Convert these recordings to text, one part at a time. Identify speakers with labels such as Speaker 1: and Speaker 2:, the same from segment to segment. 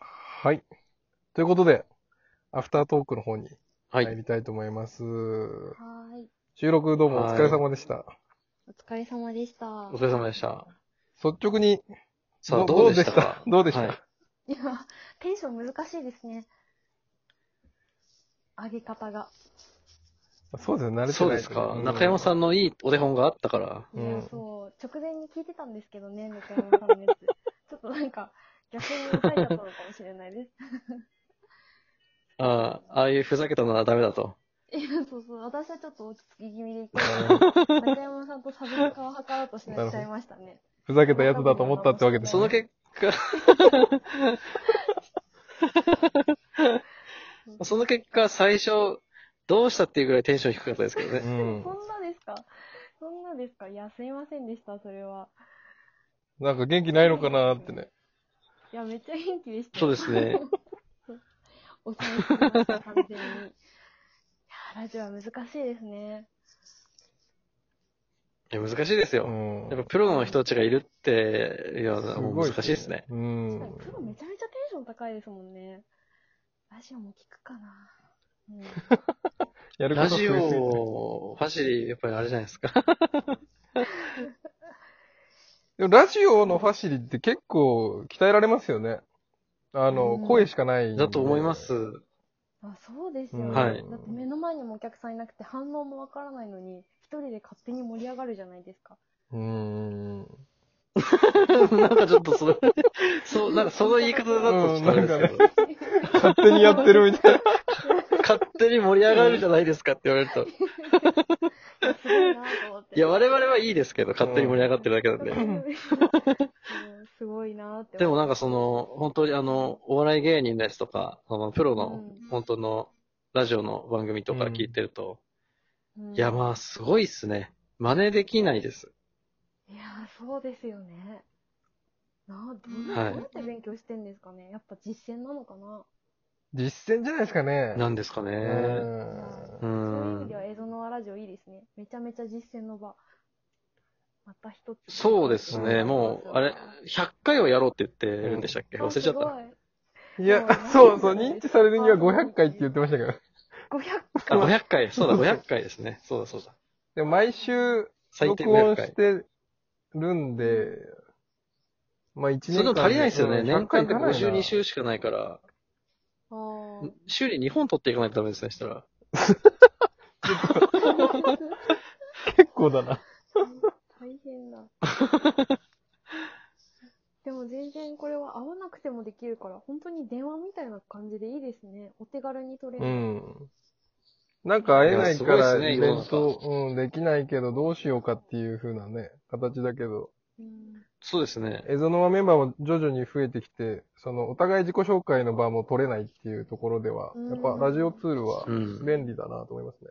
Speaker 1: はい。ということで、アフタートークの方に
Speaker 2: は
Speaker 1: 入
Speaker 2: い。
Speaker 1: りたいと思います。
Speaker 3: はーい。
Speaker 1: 収録どうもお疲れ様でした。
Speaker 3: お疲れ様でした。
Speaker 2: お疲れ様でした。
Speaker 1: 率直に、
Speaker 2: さあ、
Speaker 1: ど
Speaker 2: どうでしたか
Speaker 1: どうでした
Speaker 2: はい
Speaker 3: いや、テンション難しいですね。上げ方が。
Speaker 1: そうですね、慣れてない
Speaker 2: そうですか。中山さ
Speaker 1: ん。
Speaker 2: んのいいお手本があったから。
Speaker 3: いや
Speaker 1: うん
Speaker 3: そう。直前に聞いてたんですけどね、中山さんのやつ。 ちょっとなんか、逆に抑えちゃったのかもしれないで
Speaker 2: ああ、ああいうふざけたのはダメだと。
Speaker 3: す。いや、そうそう。私はちょっと落ち着き気味で言っ
Speaker 1: う
Speaker 3: て
Speaker 1: ん
Speaker 3: た中山さんとサブスクを図ろうとしなっちゃいましたね。
Speaker 1: ふざけたやつだと思ったってわけです
Speaker 2: そ
Speaker 1: ね
Speaker 2: の。結 果、その結果、最初、どうしたっていうぐらいテンション低かったですけど
Speaker 1: う
Speaker 2: ね。
Speaker 1: ん
Speaker 3: そ。んなですかそんなですかいや、すいませんでした、それは。
Speaker 1: なんか元気ないのかなーってね。
Speaker 3: いや、めっちゃ元気でしたよ。
Speaker 2: そうですね。
Speaker 3: 抑え込みました、完全に。いや、ラジオは難しいですね。
Speaker 2: いや難しいです
Speaker 1: う
Speaker 2: よ。
Speaker 1: ん
Speaker 2: やっぱプロの人たちがいるっていうのは難しいですね。。
Speaker 1: う
Speaker 3: 確かに
Speaker 1: ん。
Speaker 3: プロめちゃめちゃテンション高いですもんね。ラジオも聞くかな。うん、
Speaker 1: やるこ
Speaker 2: ラ
Speaker 1: と増えすぎ
Speaker 2: ジ
Speaker 1: て
Speaker 2: オ、ファシリ、やっぱりあれじゃないですか。
Speaker 1: でもラジオのファシリって結構鍛えられますよね。あの、
Speaker 3: うん
Speaker 1: 声しかないんで。
Speaker 2: だと思います。
Speaker 3: あそうですよね、
Speaker 1: うん
Speaker 2: はい
Speaker 3: だって目の前にもお客さんいなくて反応もわからないのに、一人で勝手に盛り上がるじゃないですか。
Speaker 1: うん。
Speaker 2: なんかちょっとそれ、そう、なんかその言い方だとちょっとあれですけど、
Speaker 1: 勝手にやってるみたいな。
Speaker 2: 勝手に盛り上がるじゃないですかって言われると、
Speaker 3: いやすごいなと思って。
Speaker 2: いや、我 々はいいですけど、勝手に盛り上がってるだけなんで。
Speaker 3: うんすごいなって
Speaker 2: でも
Speaker 3: 思
Speaker 2: な
Speaker 3: っ
Speaker 2: んかその、本当にあの、お笑い芸人のやつとか、あの、プロの
Speaker 3: うん、
Speaker 2: 本当の、ラジオの番組とか聞いてると、
Speaker 3: てうん
Speaker 2: いや、まあ、すごいっすね。真似できないです。
Speaker 3: いやー、そうですよね。なあ、どん
Speaker 2: は
Speaker 3: な、
Speaker 2: い
Speaker 3: どうやって勉強してんですかね。やっぱ実践なのかな。
Speaker 1: 実践じゃないですかね。
Speaker 2: なんですか
Speaker 1: う
Speaker 2: ね。
Speaker 1: ん
Speaker 2: う
Speaker 3: そういう意味
Speaker 2: ん
Speaker 3: で。は、映像のラジオいいですね。めちゃめちゃ実践の場。また一つ。
Speaker 2: そうですね。
Speaker 3: ん
Speaker 2: もう、あれ、100回はやろうって言ってるんでしたっけ忘れちゃっ
Speaker 3: あ
Speaker 2: た。。
Speaker 1: いや、そうそう、認知されるには500回って言ってましたけど。
Speaker 3: すごい500
Speaker 2: あ、500回。そうだ、500回ですね。そうだ、そうだ。
Speaker 1: でも毎週、
Speaker 2: 最低
Speaker 1: 録
Speaker 2: 500
Speaker 1: 音
Speaker 2: 回
Speaker 1: し。てるんで、まあ1年
Speaker 2: それでも足りないですよね。
Speaker 1: うん
Speaker 2: 年間
Speaker 1: 100回い
Speaker 2: で
Speaker 1: かないな
Speaker 2: 52週しかないから、
Speaker 3: あー
Speaker 2: 週に2本取っていかないとダメですね、したら。
Speaker 1: 結構だな。
Speaker 3: 大変だ。でも全然これは会わなくてもできるから、本当に電話みたいな感じでいいですね。お手軽に取れ
Speaker 1: う
Speaker 3: る。
Speaker 1: ん。なんか会えないか
Speaker 2: いや
Speaker 1: ら
Speaker 2: すごいっすね
Speaker 1: イベント、うん、できないけどどうしようかっていう風なね、形だけど、
Speaker 3: うん
Speaker 2: そうですね。
Speaker 1: エゾノワメンバーも徐々に増えてきて、そのお互い自己紹介の場も取れないっていうところでは、
Speaker 3: うん
Speaker 1: やっぱラジオツールは
Speaker 2: うん。
Speaker 1: 便利だなと思いますね。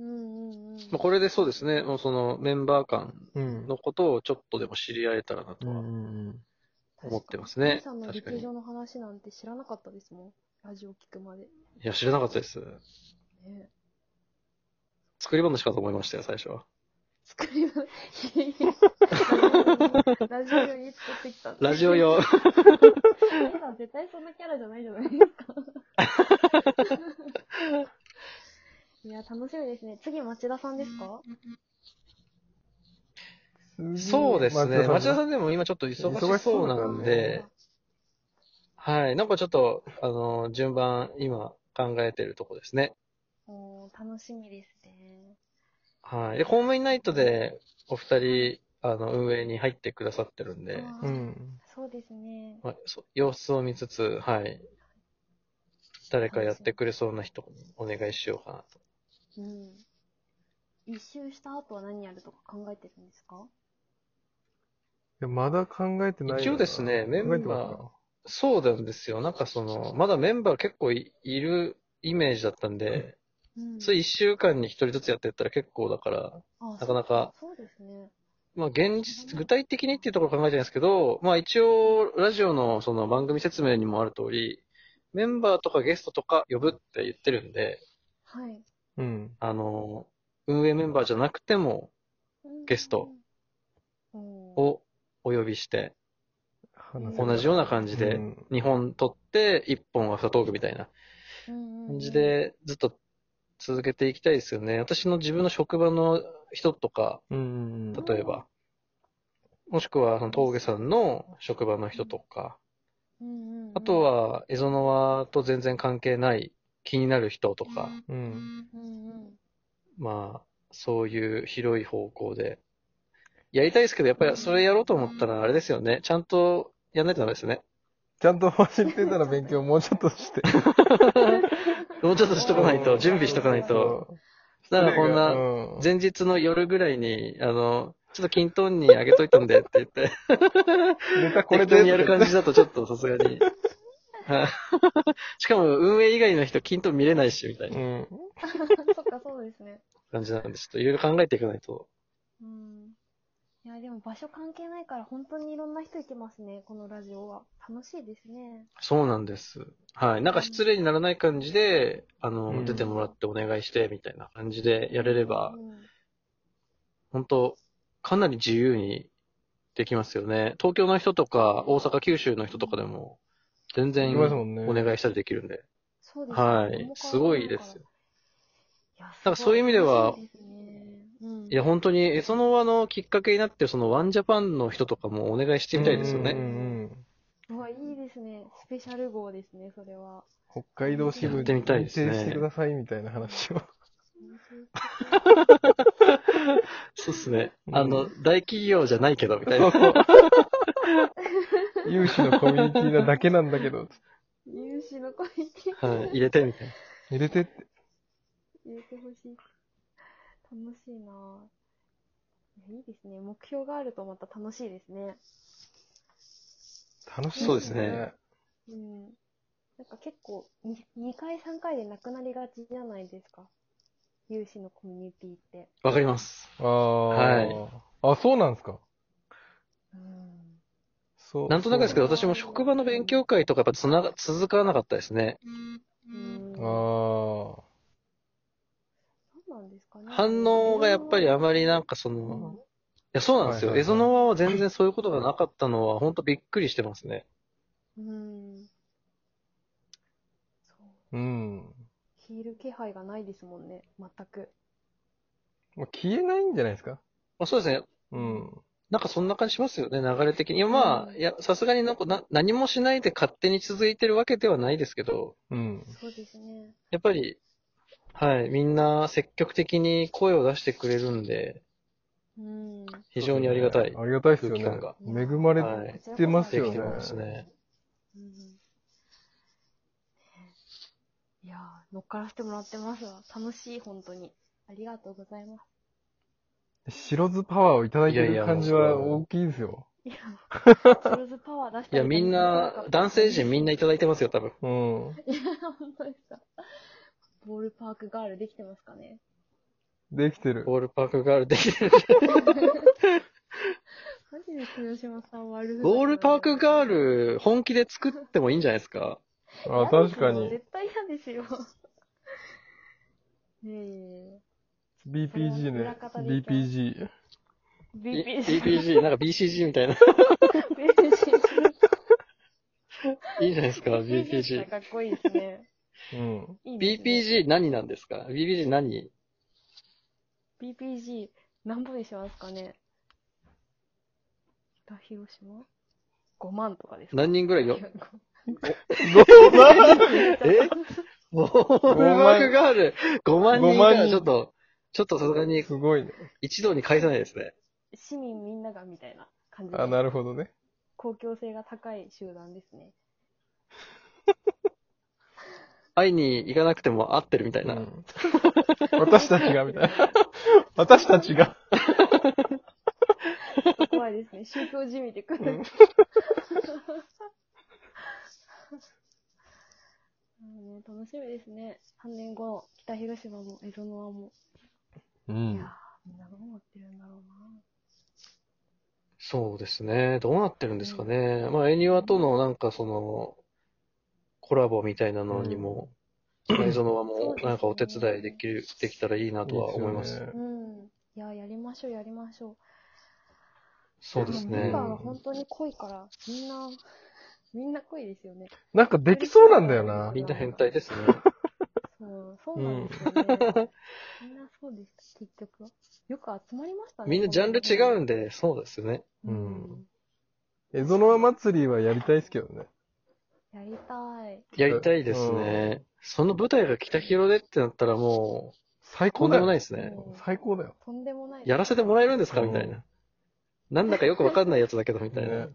Speaker 3: うんうんうん。
Speaker 2: まあ、これでそうですね、もうそのメンバー間
Speaker 1: うん。
Speaker 2: のことをちょっとでも知り合えたらなと
Speaker 1: う
Speaker 2: は
Speaker 1: んうん
Speaker 2: 思ってますね。
Speaker 3: さんの
Speaker 2: 確か
Speaker 3: 陸
Speaker 2: に。い
Speaker 3: 上の話なんて知らなかったですもん。ラジオ聞くまで。
Speaker 2: や、知らなかったです。
Speaker 3: ね、
Speaker 2: 作り話かと思いましたよ、最初 は。
Speaker 3: 作りま、ラジオ用に作ってきた。
Speaker 2: ラジオ。用。
Speaker 3: さん絶対そんなキャラじゃないじゃないですか。いや、楽しみですね。次、町田さんですか
Speaker 1: うん
Speaker 2: そうですね。町田さんでも今ちょっと
Speaker 1: 忙
Speaker 2: 忙
Speaker 1: し
Speaker 2: し
Speaker 1: そ
Speaker 2: そうう
Speaker 1: だか
Speaker 2: な
Speaker 1: ら
Speaker 2: ん
Speaker 1: ね
Speaker 2: で、はい。なんかちょっと、あの、順番、今考えてるとこですね。
Speaker 3: おー楽しみですね。
Speaker 2: はい。で、ホームインナイトで、お二人、あの、運営に入ってくださってるんで、
Speaker 3: あ
Speaker 1: う
Speaker 3: ー
Speaker 1: ん。
Speaker 3: そうですね。
Speaker 2: まあ、そ様子を見つつ、はい。誰かやってくれそうな人にお願いしようかなと。
Speaker 3: うん。一周した後は何やるとか考えてるんですか
Speaker 1: いやまだ考えてないよな。
Speaker 2: 一応ですねメンバ
Speaker 1: 考え
Speaker 2: ー
Speaker 1: てますか
Speaker 2: そうなんですよ。なんかその、まだメンバー結構いいるイメージだったんで、
Speaker 3: うん
Speaker 2: それ一週間に一人ずつやってったら結構だから、
Speaker 3: な
Speaker 2: なかなか
Speaker 3: そうそうですね。
Speaker 2: まあ現実、具体的にっていうところ考えてないですけど、まあ一応、ラジオのその番組説明にもある通り、メンバーとかゲストとか呼ぶって言ってるんで、
Speaker 3: はい。
Speaker 1: うん。
Speaker 2: あの、運営メンバーじゃなくても
Speaker 3: うん
Speaker 2: ゲスト
Speaker 3: うん。
Speaker 2: をお呼びして、
Speaker 1: 話
Speaker 2: 同じような感じ
Speaker 1: う
Speaker 2: で、
Speaker 1: ん
Speaker 2: 2本撮って、1本アフタートークみたいな
Speaker 3: うん
Speaker 2: 感じ。で、ずっと続けていきたいですよね。私の自分の職場の人とか、
Speaker 1: うんうん
Speaker 2: 例えば、もしくは、その峠さんの職場の人とか、
Speaker 3: うんうん
Speaker 2: あと、は、エゾノワと全然関係ない気になる人とか、
Speaker 1: うん。
Speaker 3: うんうん
Speaker 2: まあ、そういう広い方向で。やりたいですけど、やっぱりそれやろうと思ったらあれですよね。ちゃんとやんないとダメですね。
Speaker 1: ちゃんと走ってたら勉強もうちょっとして。
Speaker 2: もうちょっ としとかないと、準備しとかないと。だからこん
Speaker 1: う
Speaker 2: な、
Speaker 1: ん
Speaker 2: 前日の夜ぐらいに、あの、ちょっと均等にあげといたんでって言って、
Speaker 1: ネタ こ
Speaker 2: こ
Speaker 1: れ
Speaker 2: れ
Speaker 1: で
Speaker 2: でやる感じだとちょっとさすがに。はい しかも運営以外の人均等見れないし、みたいな
Speaker 1: うん。
Speaker 3: そっか、そうですね。
Speaker 2: 感じなんで、ちょっといろいろ考えていかないと。
Speaker 3: うん。いや、でも場所関係ないから、本当にいろんな人いけますね、このラジオは。楽しいですね。
Speaker 2: そうなんです。はい。なんか失礼にならない感じで、あの、
Speaker 1: うん
Speaker 2: 出てもらってお願いして、みたいな感じでやれれば
Speaker 3: う、ん
Speaker 2: 本当かなり自由にできますよね。東京の人とか、大阪、九州の人とかでも、全
Speaker 1: い
Speaker 2: 然
Speaker 1: ますも
Speaker 2: お
Speaker 1: んね。
Speaker 2: 願いしたりできるんで。
Speaker 3: そうですね
Speaker 2: はい。すごいですよ。。
Speaker 3: なん
Speaker 2: なんかそういう意味ではい
Speaker 3: い
Speaker 2: や、本当に、えその輪のきっかけになってる、そのワンジャパンの人とかもお願いしてみたいですよ
Speaker 1: うんう
Speaker 2: ね。
Speaker 1: んうん
Speaker 3: うわ、いいですね。スペシャル号ですね、それは。
Speaker 1: 北海道支部
Speaker 2: やってみたいですね
Speaker 1: 認定してくださいみたいな話を。
Speaker 2: そうですね
Speaker 1: う。ん
Speaker 2: あの、大企業じゃないけど、みたい
Speaker 1: そう
Speaker 2: な。
Speaker 1: そう。有志のコミュニティなだけなんだけど、
Speaker 3: 有志のコミュニティ
Speaker 2: はい。入れて、みたいな。
Speaker 1: 入れてって。
Speaker 3: 入れてほしい。楽しいなぁいやいいですね。目標があるとまた楽しいですね。
Speaker 1: 楽しいね
Speaker 2: そうですね。
Speaker 3: うん。なんか結構2、2回3回でなくなりがちじゃないですか。有志のコミュニティって。
Speaker 2: わかります。
Speaker 1: ああ。
Speaker 2: はい。
Speaker 1: あ、そうなんですか。
Speaker 3: うん。
Speaker 1: そう。
Speaker 2: なんとなくですけど、
Speaker 1: そう
Speaker 2: 私も職場の勉強会とかやっぱつなが、続かなかったですね。
Speaker 3: うん。そ
Speaker 1: ああ。
Speaker 3: うなんですかね。
Speaker 2: 反応がやっぱりあまりなん
Speaker 3: か。
Speaker 2: かその、いや、そうなんですよ。
Speaker 1: はいはいはい
Speaker 2: エゾノワは全然そういうことがなかったのは、本当びっくりしてますね。
Speaker 3: うん。そう。
Speaker 1: うん。
Speaker 3: 消える気配がないですもんね。全く。
Speaker 1: もう消えないんじゃないですか。
Speaker 2: まあ、そうですね。
Speaker 1: うん。
Speaker 2: なんかそんな感じしますよね、流れ的に。いや、ま
Speaker 3: う
Speaker 2: あ、
Speaker 3: ん
Speaker 2: いや、さすがになんかな何もしないで勝手に続いてるわけではないですけど、
Speaker 1: うん。
Speaker 3: そうですね。
Speaker 2: やっぱり、はい、みんな積極的に声を出してくれるんで、
Speaker 3: うん。
Speaker 2: 非常にありがたい
Speaker 1: ありがたいです
Speaker 2: 空
Speaker 1: よ
Speaker 2: 気
Speaker 1: ね
Speaker 2: 感。が
Speaker 1: 恵まれ
Speaker 2: はい
Speaker 1: てます
Speaker 2: で
Speaker 1: よ
Speaker 2: き
Speaker 1: ね。
Speaker 2: てますね。
Speaker 3: うんいやー乗っからせてもらってますわ。楽しい、本当に。ありがとうございます。
Speaker 1: 白酢パワーをいただいて
Speaker 2: いやい
Speaker 1: る
Speaker 2: や
Speaker 1: 感じは大きいですよ。
Speaker 3: いや、チルズパワー出し
Speaker 2: い
Speaker 3: て
Speaker 2: や、みんな、男性陣みんないただいてますよ、多分。
Speaker 1: うん。
Speaker 3: いや、本当ですか。ボールパークガールできてますかね。
Speaker 1: できてる。
Speaker 2: ボールパークガールできる。
Speaker 3: マジで豊島さん悪
Speaker 2: ボールパークガ
Speaker 3: ー
Speaker 2: ール、本気で作ってもいいんじゃないですか
Speaker 1: あ、確かに。
Speaker 3: 絶対嫌ですよ。ねえ。
Speaker 1: BPG
Speaker 3: それは
Speaker 1: ね
Speaker 3: 裏。方でいけます
Speaker 1: BPG。
Speaker 2: い
Speaker 3: BPG。
Speaker 2: BPG、なんか BCG みたいな。いいじゃないですか、BPG。
Speaker 3: かっこいいですね。
Speaker 1: うん。
Speaker 3: いいですね
Speaker 2: BPG 何なんですか ?BPG 何
Speaker 3: BPG、何ぼにしますかね北広島 ?5 万とかですか
Speaker 2: 何人ぐらいよ。
Speaker 1: 5万
Speaker 2: えボールマークガール、5万
Speaker 1: 5
Speaker 2: 人か
Speaker 1: 万人
Speaker 2: ちょっと、ちょっとさすがに
Speaker 1: すごいね。
Speaker 2: 一堂に返せないですね。
Speaker 3: 市民みんながみたいな感じで
Speaker 1: あ、なるほどね。
Speaker 3: 公共性が高い集団ですね。
Speaker 2: 会いに行かなくても会ってるみたいうな。
Speaker 1: ん私たちが、みたいな。 私たちが。
Speaker 3: ちょっと怖いですね。宗教じみてくる。
Speaker 1: うん
Speaker 3: うん楽しみですね。3年後の北広島も蝦夷の輪も。
Speaker 1: う
Speaker 3: い
Speaker 1: ん
Speaker 3: やー。みんなどう思ってるんだろうな。
Speaker 2: そうですね。どうなってるんですかね。まあ、エニワとのなんかその、コラボみたいなのにも、内蔵のはもうなんかお手伝いできる、できたらいいなとは思います。
Speaker 1: いいですよね
Speaker 3: うん。いやー、やりましょう、やりましょう。
Speaker 2: そうです
Speaker 3: メ
Speaker 2: ね
Speaker 3: ンバー。が本当に濃いから、みんな、みんな濃いですよね。
Speaker 1: なんかできそうなんだよな。
Speaker 2: みんな変態ですね。
Speaker 3: そう、そうなんですよね。みんなそうでした、結局は。よく集まりましたね。
Speaker 2: みんなジャンル違う
Speaker 3: う
Speaker 2: んで、そうですよね。
Speaker 1: う
Speaker 3: うんん。
Speaker 1: エゾノワ祭りはやりたいですけどね。
Speaker 3: やりたい。
Speaker 2: やりたいですね。その舞台が北広でってなったらも
Speaker 1: 最
Speaker 2: う、と
Speaker 1: 高
Speaker 2: ん
Speaker 1: だ
Speaker 2: でもない
Speaker 1: よ。
Speaker 2: ですね。
Speaker 3: もう
Speaker 1: 最高だよ。
Speaker 3: とんでもない。
Speaker 2: やらせてもらえるんですか
Speaker 1: うん
Speaker 2: みたいな。なんだかよくわかんないやつだけど、みたいな
Speaker 1: ね。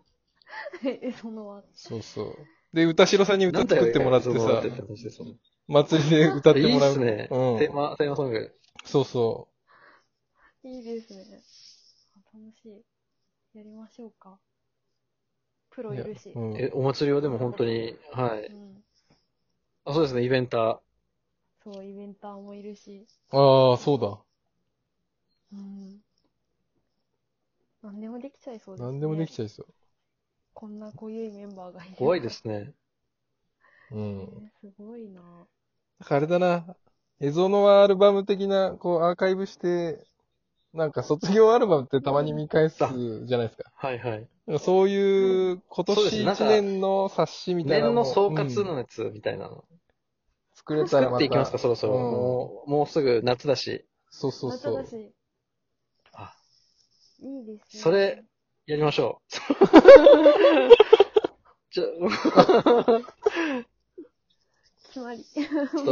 Speaker 3: え、 そのは。
Speaker 1: そうそう。で、歌城さんに歌
Speaker 2: なんだよ
Speaker 1: 作ってもらって
Speaker 2: やら
Speaker 1: さ
Speaker 2: せ、もらってって話ですよね
Speaker 1: 祭りで歌って
Speaker 2: いい
Speaker 1: も
Speaker 2: っ
Speaker 1: らう。
Speaker 2: すね。テ
Speaker 1: うん
Speaker 2: ーマ、テーマソング。
Speaker 1: そうそ
Speaker 3: いいですね。あ楽しい。やりましょうか。プロ
Speaker 1: う。
Speaker 3: いるし。
Speaker 1: いやうん
Speaker 2: え、お祭りはでも本当に、はい。
Speaker 3: うん
Speaker 2: あ、そうですね、イベンター。
Speaker 3: そう、イベンターもいるし。
Speaker 1: ああ、そうだ。
Speaker 3: うん。何でもできちゃいそうです、ね。
Speaker 1: 何でもできちゃいそう。
Speaker 3: こんな濃ゆいメンバーがいる。
Speaker 2: 怖いで。すね。
Speaker 1: うん。
Speaker 3: すごいな。
Speaker 1: だからあれだな。エゾノワアルバム的な、こう、アーカイブして、なんか卒業アルバムってたまに見返すじゃないですか。
Speaker 2: はいはい。
Speaker 1: なんかそういう、今
Speaker 2: そうです
Speaker 1: 年
Speaker 2: ねなんか
Speaker 1: 一年の冊子みたいな
Speaker 2: 年
Speaker 1: も
Speaker 2: の総括
Speaker 1: うん
Speaker 2: のやつみたいなの。
Speaker 1: 作れたら
Speaker 2: 作
Speaker 1: ま
Speaker 2: っていきますか、
Speaker 1: た。
Speaker 2: そろそろ。
Speaker 1: うん
Speaker 2: もう、もうすぐ夏だし。
Speaker 1: そうそうそ
Speaker 3: ま
Speaker 1: う
Speaker 3: ただ。し、
Speaker 2: あ、
Speaker 3: いいですね。
Speaker 2: それ、やりまし ょう。 じゃ、
Speaker 3: 決まり。
Speaker 2: そう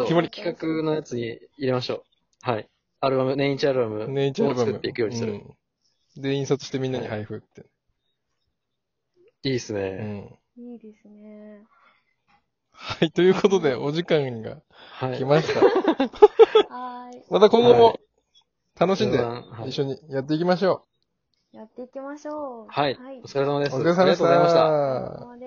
Speaker 1: 決まり
Speaker 2: 企画のやつに入れましょう。はい。アルバム、年一アルバム
Speaker 1: ネイチャーア
Speaker 2: を
Speaker 1: ルバム。
Speaker 2: 作っていくようにする。
Speaker 1: うんで、印刷してみんなに配布って。
Speaker 2: いいです
Speaker 1: う
Speaker 2: ね。
Speaker 1: ん。
Speaker 3: いいですね。
Speaker 1: はい、ということで、お時間が
Speaker 2: はい
Speaker 1: 来。ました。
Speaker 3: はーい。
Speaker 1: また今後
Speaker 2: は
Speaker 1: も、楽しんで、
Speaker 2: はい
Speaker 1: 一緒にやっていきましょ
Speaker 3: やっていきましょう。
Speaker 2: はい。お疲れ様で
Speaker 1: う。
Speaker 2: す。
Speaker 1: お疲れ様でした。
Speaker 3: ありがとうございました。